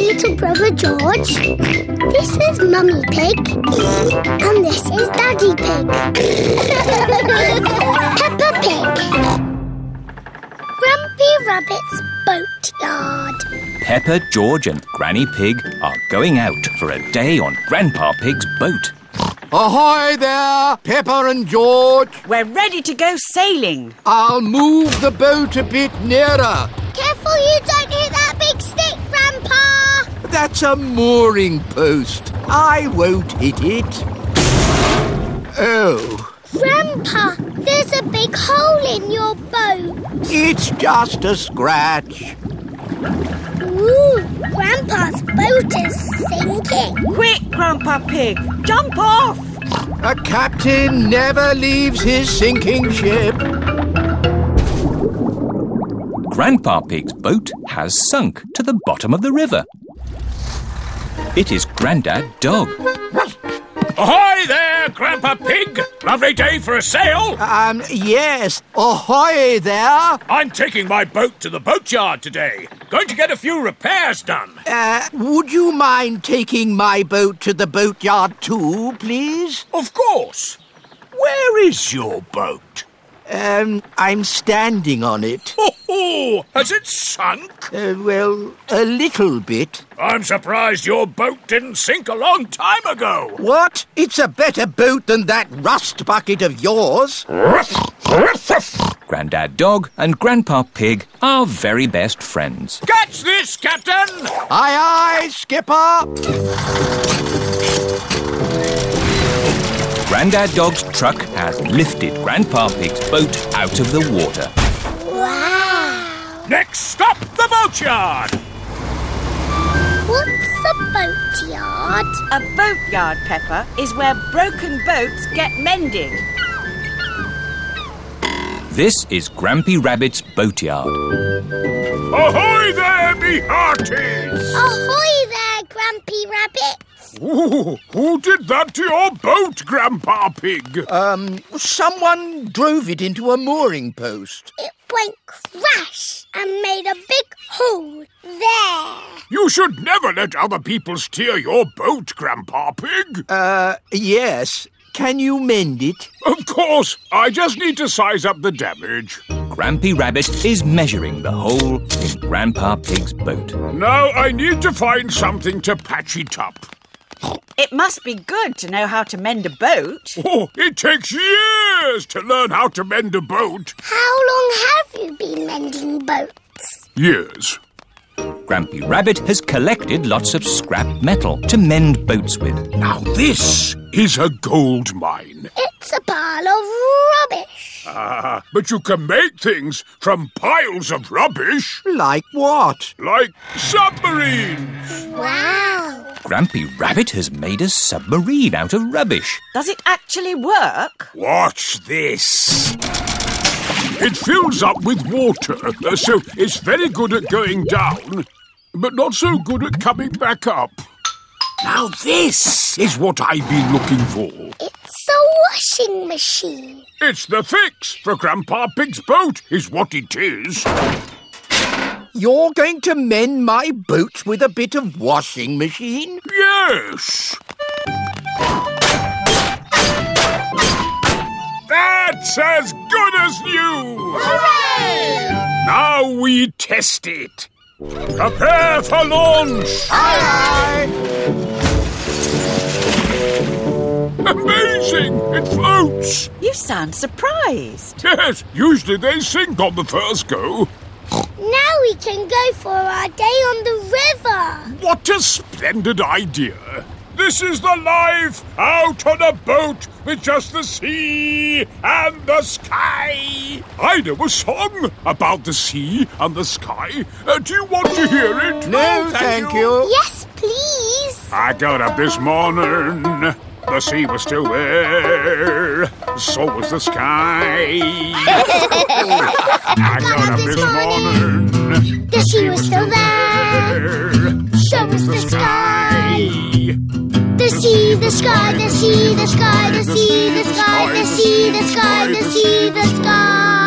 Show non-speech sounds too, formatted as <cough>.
Uncle George. This is Mummy Pig. And this is Daddy Pig. <laughs> Peppa Pig. Grumpy Rabbit's Boatyard. Pepper, George, and Granny Pig are going out for a day on Grandpa Pig's boat. Ahoy there, Pepper and George. We're ready to go sailing. I'll move the boat a bit nearer. Careful you don't hit that big stick, Grandpa. That's a mooring post. I won't hit it. Oh, Grandpa, there's a big hole in your boat. it's just a scratch. Ooh, Grandpa's boat is sinking. Quick, Grandpa Pig, jump off! A captain never leaves his sinking ship. Grandpa Pig's boat has sunk to the bottom of the river. It is Grandad Dog. Ahoy there, Grandpa Pig! Lovely day for a sail! Um, yes. Ahoy there. I'm taking my boat to the boatyard today. Going to get a few repairs done. Uh, would you mind taking my boat to the boatyard too, please? Of course. Where is your boat? Um, I'm standing on it. Oh, has it sunk? Uh, well, a little bit. I'm surprised your boat didn't sink a long time ago. What? It's a better boat than that rust bucket of yours. Grandad Dog and Grandpa Pig are very best friends. Catch this, Captain! Aye, aye, skipper. Grandad Dog's truck has lifted Grandpa Pig's boat out of the water. Wow. Next stop, the boatyard! What's a boatyard? A boatyard, Pepper, is where broken boats get mended. This is Grampy Rabbit's boatyard. Ahoy there, me hearties! Ahoy there, Grumpy Rabbit. Ooh, who did that to your boat, Grandpa Pig? Um, someone drove it into a mooring post. It went crash and made a big hole there. You should never let other people steer your boat, Grandpa Pig. Uh, yes. Can you mend it? of course, I just need to size up the damage. Grampy Rabbit is measuring the hole in Grandpa Pig's boat. Now I need to find something to patch it up. It must be good to know how to mend a boat. Oh, it takes years to learn how to mend a boat. How long have you been mending boats? Years. Grampy Rabbit has collected lots of scrap metal to mend boats with. Now this is a gold mine. It's a pile of rubbish. Ah, but you can make things from piles of rubbish, Like what? like submarines. Wow. Grampy Rabbit has made a submarine out of rubbish. Does it actually work? Watch this. It fills up with water, uh, so it's very good at going down, but not so good at coming back up. Now, this is what I've been looking for. It's a washing machine. It's the fix for Grandpa Pig's boat, is what it is. You're going to mend my boat with a bit of washing machine? Yes. That's as good as new. Hooray! Now we test it. Prepare for launch! Aye, Amazing! It floats! You sound surprised. Yes, usually they sink on the first go. Now we can go for our day on the river. What a splendid idea! This is the life out on a boat with just the sea and the sky! I know a song about the sea and the sky. Uh, do you want to hear it? No, Oh, thank you. Yes, please. I got up this morning. The sea was still there. So was <laughs> the sky. I got up this morning. The sea was still there. So was the sky. The sea, the sky, the sea, the sky, the sea, the sky, the sea, the sky, the sea, the sky.